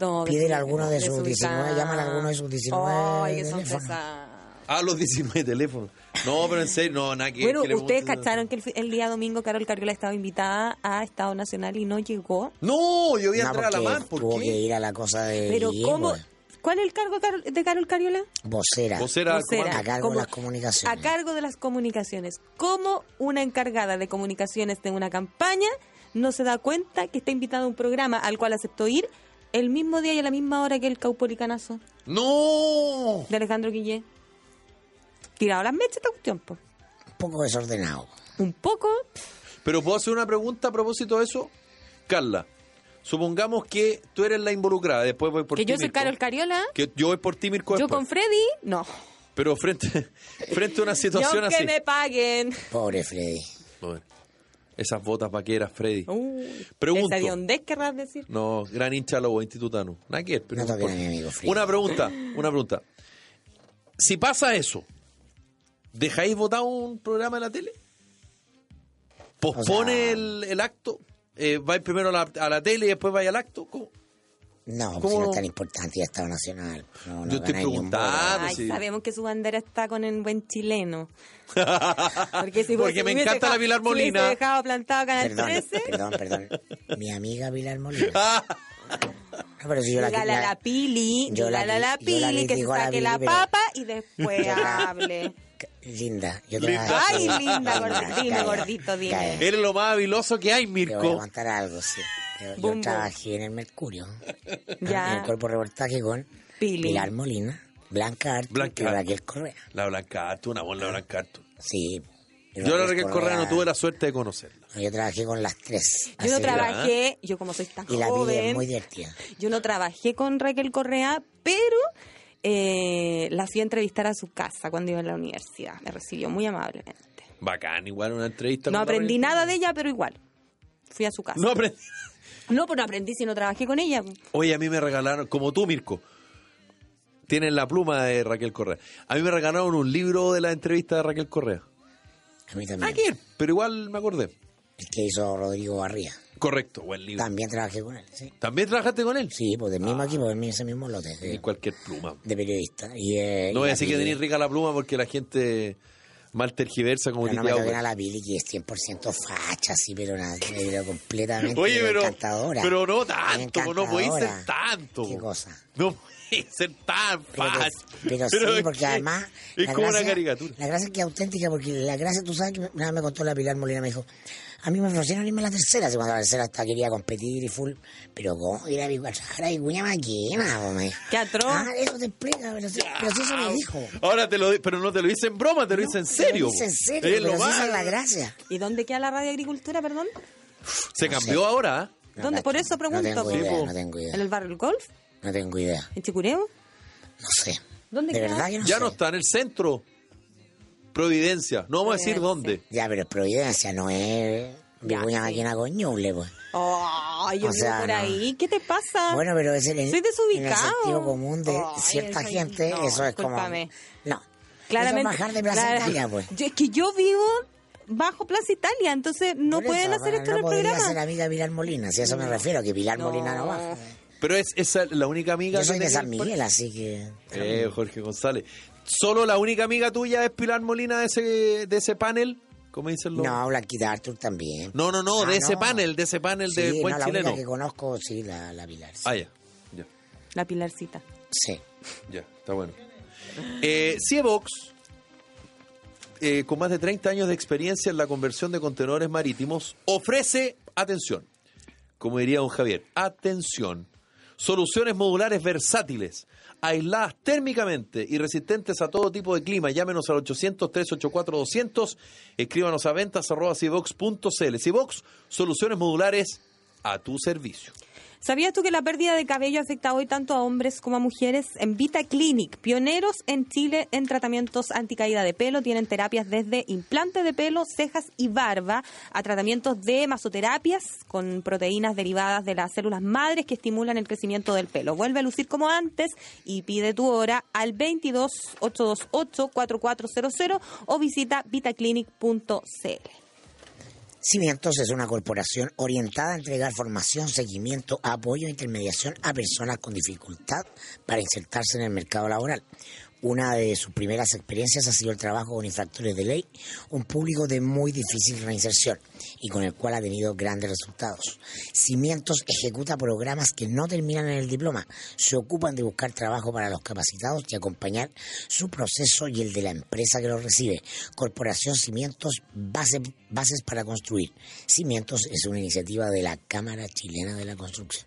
No, Pídele desubica- alguno de sus 19, llaman a alguno de sus 19 Ay, que son teléfonos. pesados. a los 19 teléfonos. No, pero en serio, no, nada que Bueno, que le ustedes pregunten- cacharon que el, fi- el día domingo Carol Cariola estaba invitada a Estado Nacional y no llegó. No, yo voy a No, entrar a la porque man, ¿por tuvo que qué? ir a la cosa de Pero Guillermo, ¿cómo? ¿Cuál es el cargo Carol- de Carol Cariola? vocera. Vocera, Vocera. ¿cómo a anda? cargo ¿Cómo? de las A comunicaciones. cargo de las comunicaciones. ¿Cómo una encargada de comunicaciones de una campaña no se da cuenta que está invitada a un programa al cual aceptó ir el mismo día y a la misma hora que el caupolicanazo No, de Alejandro Guillé? Tirado las mechas esta cuestión, po. Un poco desordenado. Un poco. pero puedo hacer una pregunta a propósito de eso. Carla, supongamos que tú eres la involucrada, después voy por que ti. yo soy Mirko. Carol Cariola. Que yo voy por ti, Mirko. Yo después. con Freddy, no. Pero frente, (laughs) frente a una Yo situación que así. me paguen. Pobre Freddy. Bueno, esas botas vaqueras, Freddy. Uy, Pregunto. Esa hediondez querrás decir. No, gran hincha lobo, institutano. Nada que ver, pero No toquen importa. a mi amigo Freddy. Una pregunta, una pregunta. Si pasa eso, ¿dejáis votado un programa en la tele? ¿Pospone O sea- el, el acto? Eh, ¿Vais primero a la, a la tele y después vais al acto? ¿Cómo? No, ¿Cómo? si no es tan importante ya Estado Nacional. No, no Yo estoy ganáis ni un voto. preguntando. Ay, Ah, pues sí. sabemos que su bandera está con el (laughs) buen chileno. Porque, si Porque hubiese- me hubiese encanta la Pilar dejado- si hubiese Molina. dejado plantado Canal Perdón, 13. perdón, perdón. Mi amiga Pilar Molina. (laughs) No, pero si yo la, Dígale a la Pili, yo la dígale a la cri- yo la Pili, que se critico a la saque Pili, la pero- papa (laughs) y después Yo la- hable. Linda, yo te Linda. voy a- Ay, linda, Linda, gordito, calla, gordito, dime. calla. Eres lo más habiloso que hay, Te voy a Mirko. contar algo, sí. Yo, yo Bum, bum. trabajé en el Mercurio, en el Ya, cuerpo de reportaje con Pili. Pilar Molina, Blanca Arte Blanca y Arte. Raquel Correa. La Blanca Artur, una buena Blanca Artur. Sí. Yo la Raquel Correa no tuve la suerte de conocerla. Yo trabajé con las tres. Yo no así que- trabajé, yo como soy tan Y la Pili es joven, muy divertida. yo no trabajé con Raquel Correa, pero eh, la fui a entrevistar a su casa cuando iba a la universidad. Me recibió muy amablemente. Bacán, igual una entrevista. No con la aprendí Raquel. nada de ella, pero igual. Fui a su casa. No aprendí. No, pues no aprendí si no trabajé con ella. Oye, a mí me regalaron, como tú, Mirko, tienes la pluma de Raquel Correa. A mí me regalaron un libro de la entrevista de Raquel Correa. A mí también. Raquel, pero igual me acordé. El que hizo Rodrigo Barría. Correcto, buen libro. También trabajé con él, sí. ¿También trabajaste con él? Sí, pues del Ah. mismo equipo, del mismo, ese mismo lote Y de, cualquier pluma. de periodista. Y, eh, No y voy a la decir que Pili- tenéis rica la pluma porque la gente mal tergiversa como Pero no Titi me Auer. toquen a la Pili, que es 100% facha, sí, pero, nada, pero (laughs) completamente Oye, pero, encantadora. pero no tanto, pues, no podéis ser Encantadora. tanto. pues. ¿Qué cosa? No podéis ser tan Pero, pues, fácil. pero Pero sí, es porque que además... Es la como una gracia- caricatura. La gracia es que es auténtica, porque la gracia, tú sabes, que una vez me contó la Pilar Molina, me dijo, a mí me ofrecieron irme a la tercera, así cuando la tercera hasta quería competir y full, pero ¿cómo? ir a mi cuadra y cuña maquina, po, me dijo. Qué atroz. Ah, eso te explica, pero, sí- pero sí eso me dijo. Ahora te lo, pero no te lo hice en broma, te lo hice en serio. Lo hice en serio, Es pero lo sí más- esa es la gracia. ¿Y dónde queda la radio agricultura, perdón? Se cambió ahora. ¿eh? No, ¿Dónde? cacho. Por eso pregunto, No tengo po. idea, no tengo ¿En idea. el barrio del golf? No tengo idea. ¿En Chicureo? No sé. ¿Dónde De queda? verdad que no Ya sé. no está en el centro. Providencia. No vamos a decir Providencia. dónde. Ya, pero Providencia no es Ya, Vicuña sí. Máquina con Ñuble, pues. Ay, yo O vivo sea, por no. ahí. ¿qué te pasa? Bueno, pero es el, en Soy desubicado. el sentido común de Ay, cierta soy- gente, no, eso es como... discúlpame. No. claramente. Eso es bajar de Plaza clara- Italia, pues. Yo- es que yo vivo bajo Plaza Italia, entonces no Por pueden eso, hacer bueno, esto no en el podría programa. ser amiga de Pilar Molina, si a eso me refiero, que Pilar Molina no va. Pero es, esa la única amiga Yo que soy de tenía San el par- Miguel, así que... Eh, Jorge González. Solo la única amiga tuya es Pilar Molina de ese, de ese panel. ¿Cómo dicen los.? No, Blanquita Arthur también. no, no, no, de Ah, ese no. panel, de ese panel Sí, de buen no, la única chileno. que conozco, sí, la, la Pilar. sí. Ah, ya. Ya, La pilarcita. Sí. ya, está bueno. Eh, Ciebox, eh, con más de 30 años de experiencia en la conversión de contenedores marítimos, ofrece, atención, como diría don Javier, atención, soluciones modulares versátiles, aisladas térmicamente y resistentes a todo tipo de clima. Llámenos al 800-384-200, escríbanos a ventas arroba cibox.cl. Cibox, soluciones modulares a tu servicio. ¿Sabías tú que la pérdida de cabello afecta hoy tanto a hombres como a mujeres? En Vita Clinic, pioneros en Chile en tratamientos anticaída de pelo, tienen terapias desde implante de pelo, cejas y barba, a tratamientos de masoterapias con proteínas derivadas de las células madres que estimulan el crecimiento del pelo. Vuelve a lucir como antes y pide tu hora al 22 828 4400 o visita vitaclinic.cl. Cimientos es una corporación orientada a entregar formación, seguimiento, apoyo e intermediación a personas con dificultad para insertarse en el mercado laboral. Una de sus primeras experiencias ha sido el trabajo con infractores de ley, un público de muy difícil reinserción y con el cual ha tenido grandes resultados. Cimientos ejecuta programas que no terminan en el diploma, se ocupan de buscar trabajo para los capacitados y acompañar su proceso y el de la empresa que lo recibe. Corporación Cimientos Base- Bases para Construir. Cimientos es una iniciativa de la Cámara Chilena de la Construcción.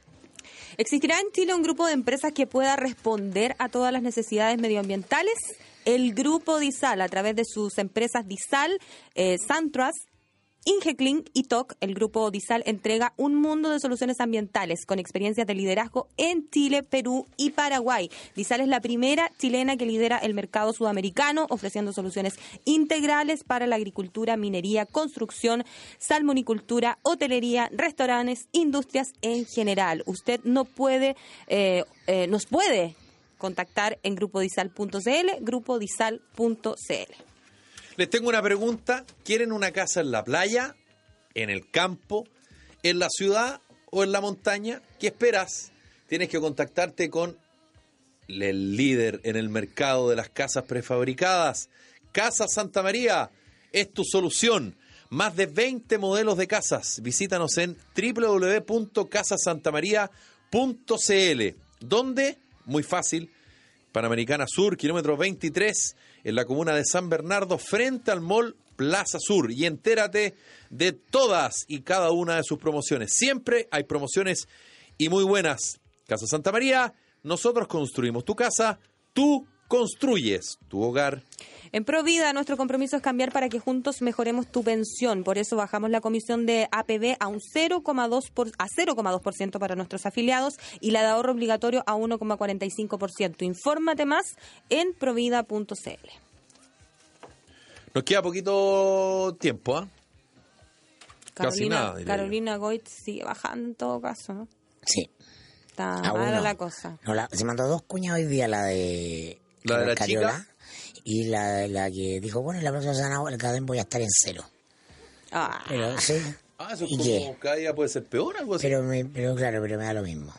¿Existirá en Chile un grupo de empresas que pueda responder a todas las necesidades medioambientales? El grupo DISAL, a través de sus empresas DISAL, eh, Santras, Ingeclin y TOC, el grupo DISAL, entrega un mundo de soluciones ambientales con experiencias de liderazgo en Chile, Perú y Paraguay. DISAL es la primera chilena que lidera el mercado sudamericano, ofreciendo soluciones integrales para la agricultura, minería, construcción, salmonicultura, hotelería, restaurantes, industrias en general. Usted no puede, eh, eh, nos puede contactar en grupodisal.cl, grupodisal.cl. Les tengo una pregunta. ¿Quieren una casa en la playa, en el campo, en la ciudad o en la montaña? ¿Qué esperas? Tienes que contactarte con el líder en el mercado de las casas prefabricadas. Casa Santa María es tu solución. Más de 20 modelos de casas. Visítanos en www.casasantamaría.cl. ¿Dónde? Muy fácil. Panamericana Sur, kilómetro 23, en la comuna de San Bernardo, frente al Mall Plaza Sur. Y entérate de todas y cada una de sus promociones. Siempre hay promociones y muy buenas. Casa Santa María, nosotros construimos tu casa, tú construyes tu hogar. En Provida, nuestro compromiso es cambiar para que juntos mejoremos tu pensión. Por eso bajamos la comisión de APB a un 0,2 por- a 0,2% para nuestros afiliados y la de ahorro obligatorio a 1,45%. Infórmate más en provida.cl. Nos queda poquito tiempo, ¿ah? Casi Carolina, nada, diría yo. Carolina Goit sigue bajando en todo caso. ¿no? Sí. Está Ah, mala bueno. la cosa. No, la- se mandó dos cuñas hoy día, la de... ¿La de la Cariola Y la, la que dijo, bueno, la próxima semana el Cadén voy a estar en cero. Ah, Pero sí. Ah, eso es ¿Y como qué? cada día puede ser peor, algo así. Pero, me- pero claro, pero me da lo mismo.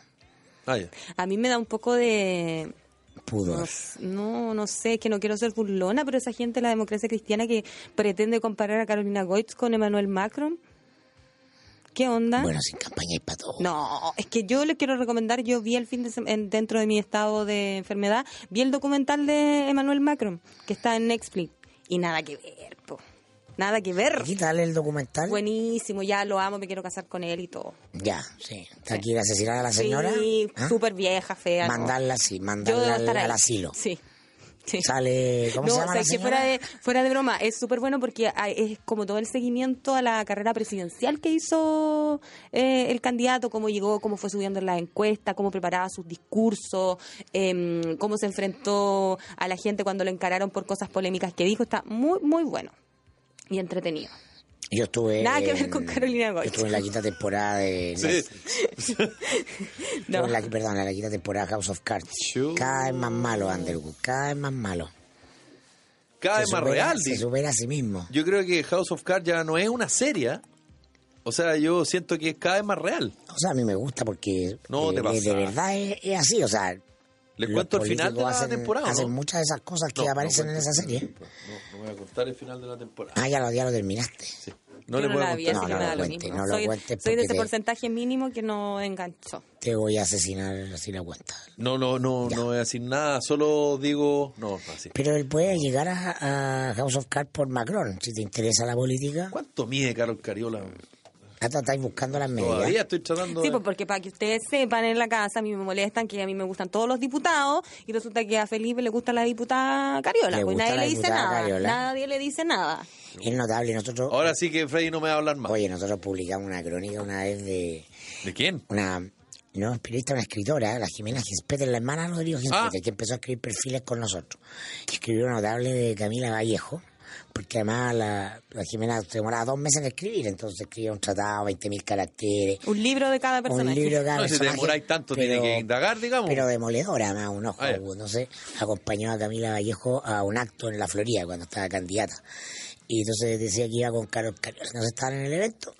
Ah, ya. a mí me da un poco de, No, Pudor. s- no, no sé, es que no quiero ser burlona, pero esa gente de la democracia cristiana que pretende comparar a Carolina Goitz con Emmanuel Macron, ¿qué onda? Bueno, sin campaña y para todo. No, es que yo les quiero recomendar, yo vi el fin de sem- en- dentro de mi estado de enfermedad, vi el documental de Emmanuel Macron, que está en Netflix, y nada que ver, po. nada que ver. Quítale el documental. Buenísimo, ya lo amo, me quiero casar con él y todo. Ya, sí. Está aquí de asesinar a la señora. Sí, ¿Ah? súper vieja, fea. no. Mandarla, sí, Yo debo mandarla al, estar al ahí. asilo. Sí. sí. Sale, ¿cómo no, se llama o la sea, que señora? fuera de, fuera de broma, es súper bueno porque hay- es como todo el seguimiento a la carrera presidencial que hizo eh, el candidato, cómo llegó, cómo fue subiendo en las encuestas, cómo preparaba sus discursos, em, cómo se enfrentó a la gente cuando lo encararon por cosas polémicas que dijo. Está muy, muy bueno y entretenido. Yo estuve... Nada que ver en- con Carolina Goy. Yo estuve en la quinta temporada de... Sí. estuve No. en la- perdón, en la quinta temporada de House of Cards. Chu. Cada vez más malo, Underwood. Cada vez más malo. Cada vez Se más supera- real, Se dice. supera a sí mismo. Yo creo que House of Cards ya no es una serie. ¿eh? O sea, yo siento que es cada vez más real. O sea, a mí me gusta porque No, eh, te de, pasa. de verdad es, es así. O sea, Les Los cuento el final de la políticos hacen- temporada. Hacen ¿no? muchas de esas cosas que No, no aparecen en cuento esa el final serie. de la temporada. No, no voy a contar el final de la temporada. Ah, ya lo, ya lo terminaste. Sí. No Yo le voy a la vi, contar. así No, que no me lo da lo cuente, mismo. no lo soy, cuentes soy de porque ese te- porcentaje mínimo que no enganchó. Te voy a asesinar así la cuenta. No, no, no, no voy a decir nada, solo digo. No, no, así. Pero él puede llegar a, a House of Cards por Macron, si te interesa la política. ¿Cuánto mide Carol Cariola? Hasta estáis buscando las Todavía medidas. estoy tratando. Sí, de- pues porque para que ustedes sepan en la casa, a mí me molestan que a mí me gustan todos los diputados y resulta que a Felipe le gusta la diputada Cariola. Le Pues gusta nadie la le dice diputada nada. Cariola. Nadie le dice nada. Es notable. Nosotros, Ahora sí que Freddy no me va a hablar más. oye, nosotros publicamos una crónica una vez de ¿De quién? una no es periodista, una escritora, la Jimena Gispeter, la hermana de Rodrigo Gispeter, Ah. que empezó a escribir perfiles con nosotros. Escribió un notable de Camila Vallejo, porque además la, la Jimena se demoraba dos meses en escribir, entonces escribía un tratado, 20.000 caracteres, Un libro de cada un personaje. libro de cada No, si te personaje, demoráis tanto, tiene pero- que indagar, digamos. Pero demoledora, además, un ojo. Ah, ya. Entonces, acompañó a Camila Vallejo a un acto en la Florida cuando estaba candidata. Y entonces decía que iba con Carol Cariola. Entonces estaban en el evento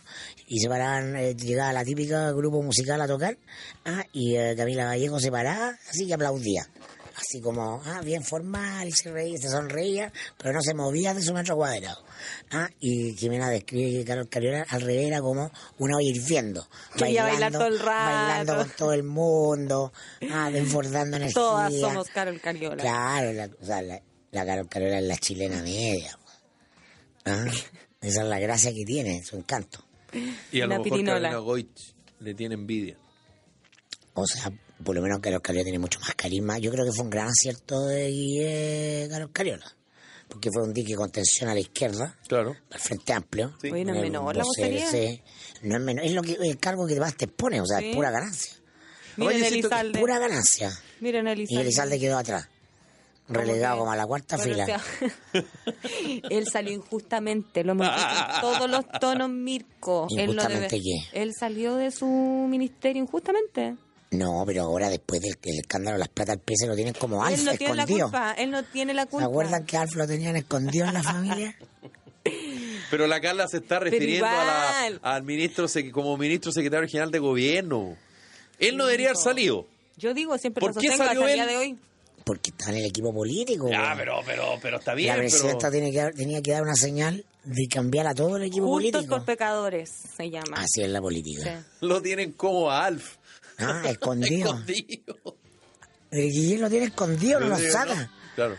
y se paraban, eh, llegaba la típica grupo musical a tocar. Ah, y eh, Camila Vallejo se paraba así que aplaudía. Así como, ah, bien formal, y se reía, se sonreía, pero no se movía de su metro cuadrado. Ah, y Jimena describe que Carol Cariola al revés era como una olla hirviendo. Quería bailar todo el rato. Bailando con todo el mundo, ah, (laughs) desbordando energía. Todas somos Carol Cariola. Claro, la, o sea, la, la Carol Cariola es la chilena media. po. Ah, Esa es la gracia que tiene, su encanto. Y a La lo mejor pirinola. Carolina Goich le tiene envidia. O sea, por lo menos Carol Cariola tiene mucho más carisma. Yo creo que fue un gran acierto de Guille Carol Cariola. Porque fue un dique de contención a la izquierda, Claro. al Frente Amplio. Sí. Oye, no es Un menor la vocero, vocería. sí. No es menor. Es lo que, el cargo que más te expone, o sea, Sí. es pura ganancia. Miren Oye, siento que- Elizalde. Pura ganancia. Miren Y Elizalde. Elizalde quedó atrás, Como relegado que- como a la cuarta bueno, fila. o sea, (laughs) él salió injustamente, lo hemos dicho (laughs) en todos los tonos, Mirko. Él, no debe- ¿Injustamente qué? él salió de su ministerio injustamente. No, pero ahora después del, del escándalo de las plata al pie se lo tienen como él Alf no tiene la escondido. culpa, él no tiene la ¿Se culpa. acuerdan que Alf lo tenían escondido en la familia? Pero la Carla se está refiriendo a la- igual. al ministro sec- como ministro secretario general de gobierno. Él no debería haber salido. Yo digo, siempre ¿Por lo qué sostengo hasta salió el día él? de hoy. Porque está en el equipo político. Ya, weón. pero, pero, pero está bien. la pero... presidenta tiene que, dar- tenía que dar una señal de cambiar a todo el equipo Juntos político. Ah, por pecadores se llama. Así es la política. Sí. Lo tienen como a Alf. Ah, escondido. (laughs) Escondido. El Guillén lo tiene escondido, no lo Digo, saca. no, Claro.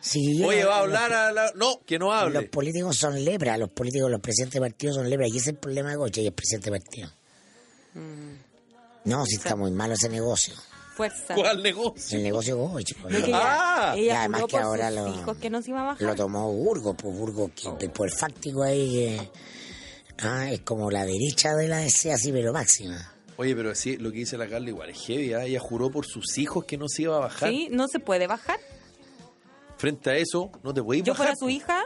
Si Guillén Oye, lo- va a lo- hablar a la... No, que no Los hable. políticos son lepra, los políticos, los presidentes de partido son lepra, y ese es el problema de Goche y el presidente de partido. No, si está muy malo ese negocio, Fuerza. ¿Cuál negocio? el negocio Goche. pues, Lo que lo- Ah. ella, ella y además juró que por ahora sus lo- hijos que no se iba a bajar. lo tomó Burgos, pues Burgos, que, Oh. por el fáctico ahí, que- ah, es como la derecha de la DC, así, pero máxima. Oye, pero sí, lo que dice la Carla igual es heavy. ¿ah? Ella juró por sus hijos que no se iba a bajar. Sí, no se puede bajar. Frente a eso, no te podéis Yo bajar. fuera su hija,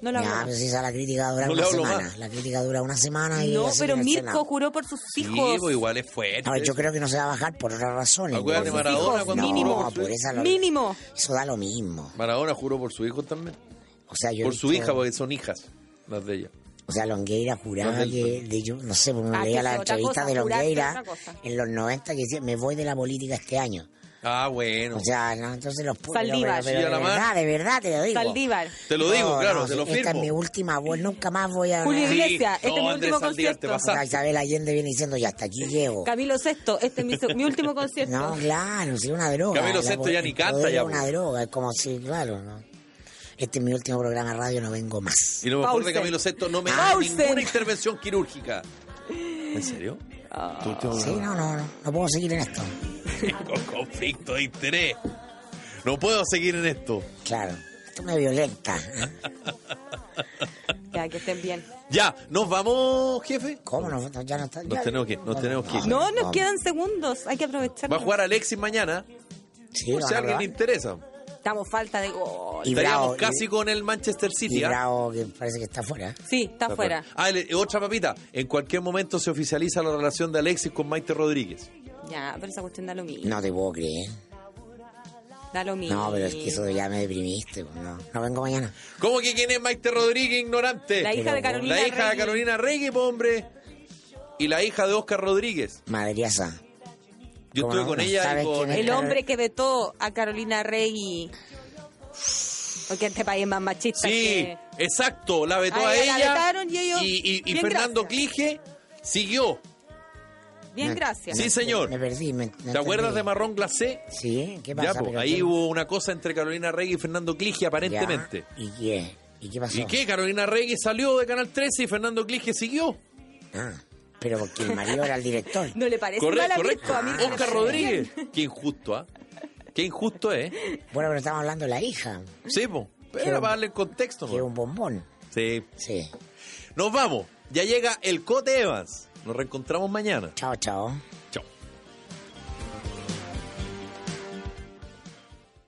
no la Ya, pues, hago. pero si esa la crítica dura No le una hablo semana, más. la crítica dura una semana y No, ella sigue pero en el Mirko Senado. juró por sus Sí, hijos. pues igual es fuerte. No, yo creo que no se va a bajar por otras razones. Acuérdate por- Maradona cuando no, juró. por esa lo- Mínimo. Eso da lo mismo. Maradona juró por su hijo también. O sea, yo he Por su visto- hija, porque son hijas las de ella. O sea, Longueira Los juraba del- que, de- yo no sé, porque Ah, leía que la es otra entrevista cosa, de jurar que es Longueira otra cosa. en los 90 que decía, me voy de la política este año. Ah, bueno. O sea, no, entonces los puros, Saldívar. pero, Sí, a de la mar. verdad, de verdad te lo digo. Saldívar. te lo digo, No, claro, no, te lo Esta es firmo. mi última voz, nunca más voy a... Julio Sí, Iglesias, este no, es mi Andrés último Saldívar, te concierto. O sea, pasaste. Isabel Allende viene diciendo, ya hasta aquí llego. Camilo VI, este es mi, so- mi último concierto. No, claro, si una droga. Camilo La Sesto po- ya ni el canta poder ya, Es una pues. droga, es como si, claro, ¿no? Este es mi último programa de radio, no vengo más. Y lo mejor de Paulsen. Camilo VI no me da Paulsen. ninguna intervención quirúrgica. ¿En serio? Tú último Sí, no, no, no, no puedo seguir en esto. Con conflicto de interés. No puedo seguir en esto. Claro, esto me violenta. Ya, que estén bien. Ya, nos vamos, jefe. ¿Cómo? No, no, ya no está- Pues Nos ya- tenemos que ir, nos tenemos que ir. No, nos vamos. quedan segundos, hay que aprovechar. Va a jugar Alexis mañana. Sí, Por van si a a alguien le probar. interesa. Estamos falta de gol. Y Estaríamos Bravo, casi y- con el Manchester Y City. ¿ah? Bravo, que parece que está fuera. Sí, está afuera. Ah, le- otra papita. En cualquier momento se oficializa la relación de Alexis con Maite Rodríguez. Ya, pero esa cuestión da lo mismo. No te puedo creer. Da lo mismo. No, pero es que eso ya me deprimiste. pues, No, no vengo mañana. ¿Cómo que quién es Maite Rodríguez, ignorante? La hija de Carolina La hija de pues, Reyes. Carolina Reyes, po, hombre. Y la hija de Oscar Rodríguez. Madriaza. Yo Como estuve no, con no ella y sabes con... quién es. El hombre que vetó a Carolina Rey. Porque este país es más machista. Sí, que- exacto, la vetó A a ella ella. la vetaron y ellos- y- y- y bien, Fernando gracias. Clige siguió. Bien, gracias. Sí, señor. Me perdí. me- no ¿Te entendí. acuerdas de Marrón Glacé? Sí, ¿qué Ya, pasa? po, Pero ahí qué- hubo una cosa entre Carolina Rey y Fernando Clige, ya, aparentemente. ¿Y qué? ¿Y qué pasó? ¿Y qué? Carolina Rey salió de Canal 13 y Fernando Clige siguió. Ah, pero porque el marido era el (laughs) director. No le parece Correcto, mal correcto. a mí se me Oscar hace Rodríguez. Qué injusto, ¿ah? Qué injusto es. Bueno, pero estamos hablando de la hija, Sí, po. Pero Qué- para darle el contexto, que es po. un bombón. Sí. Sí. Nos vamos. Ya llega el Cote Evans. Nos reencontramos mañana. Chao, chao.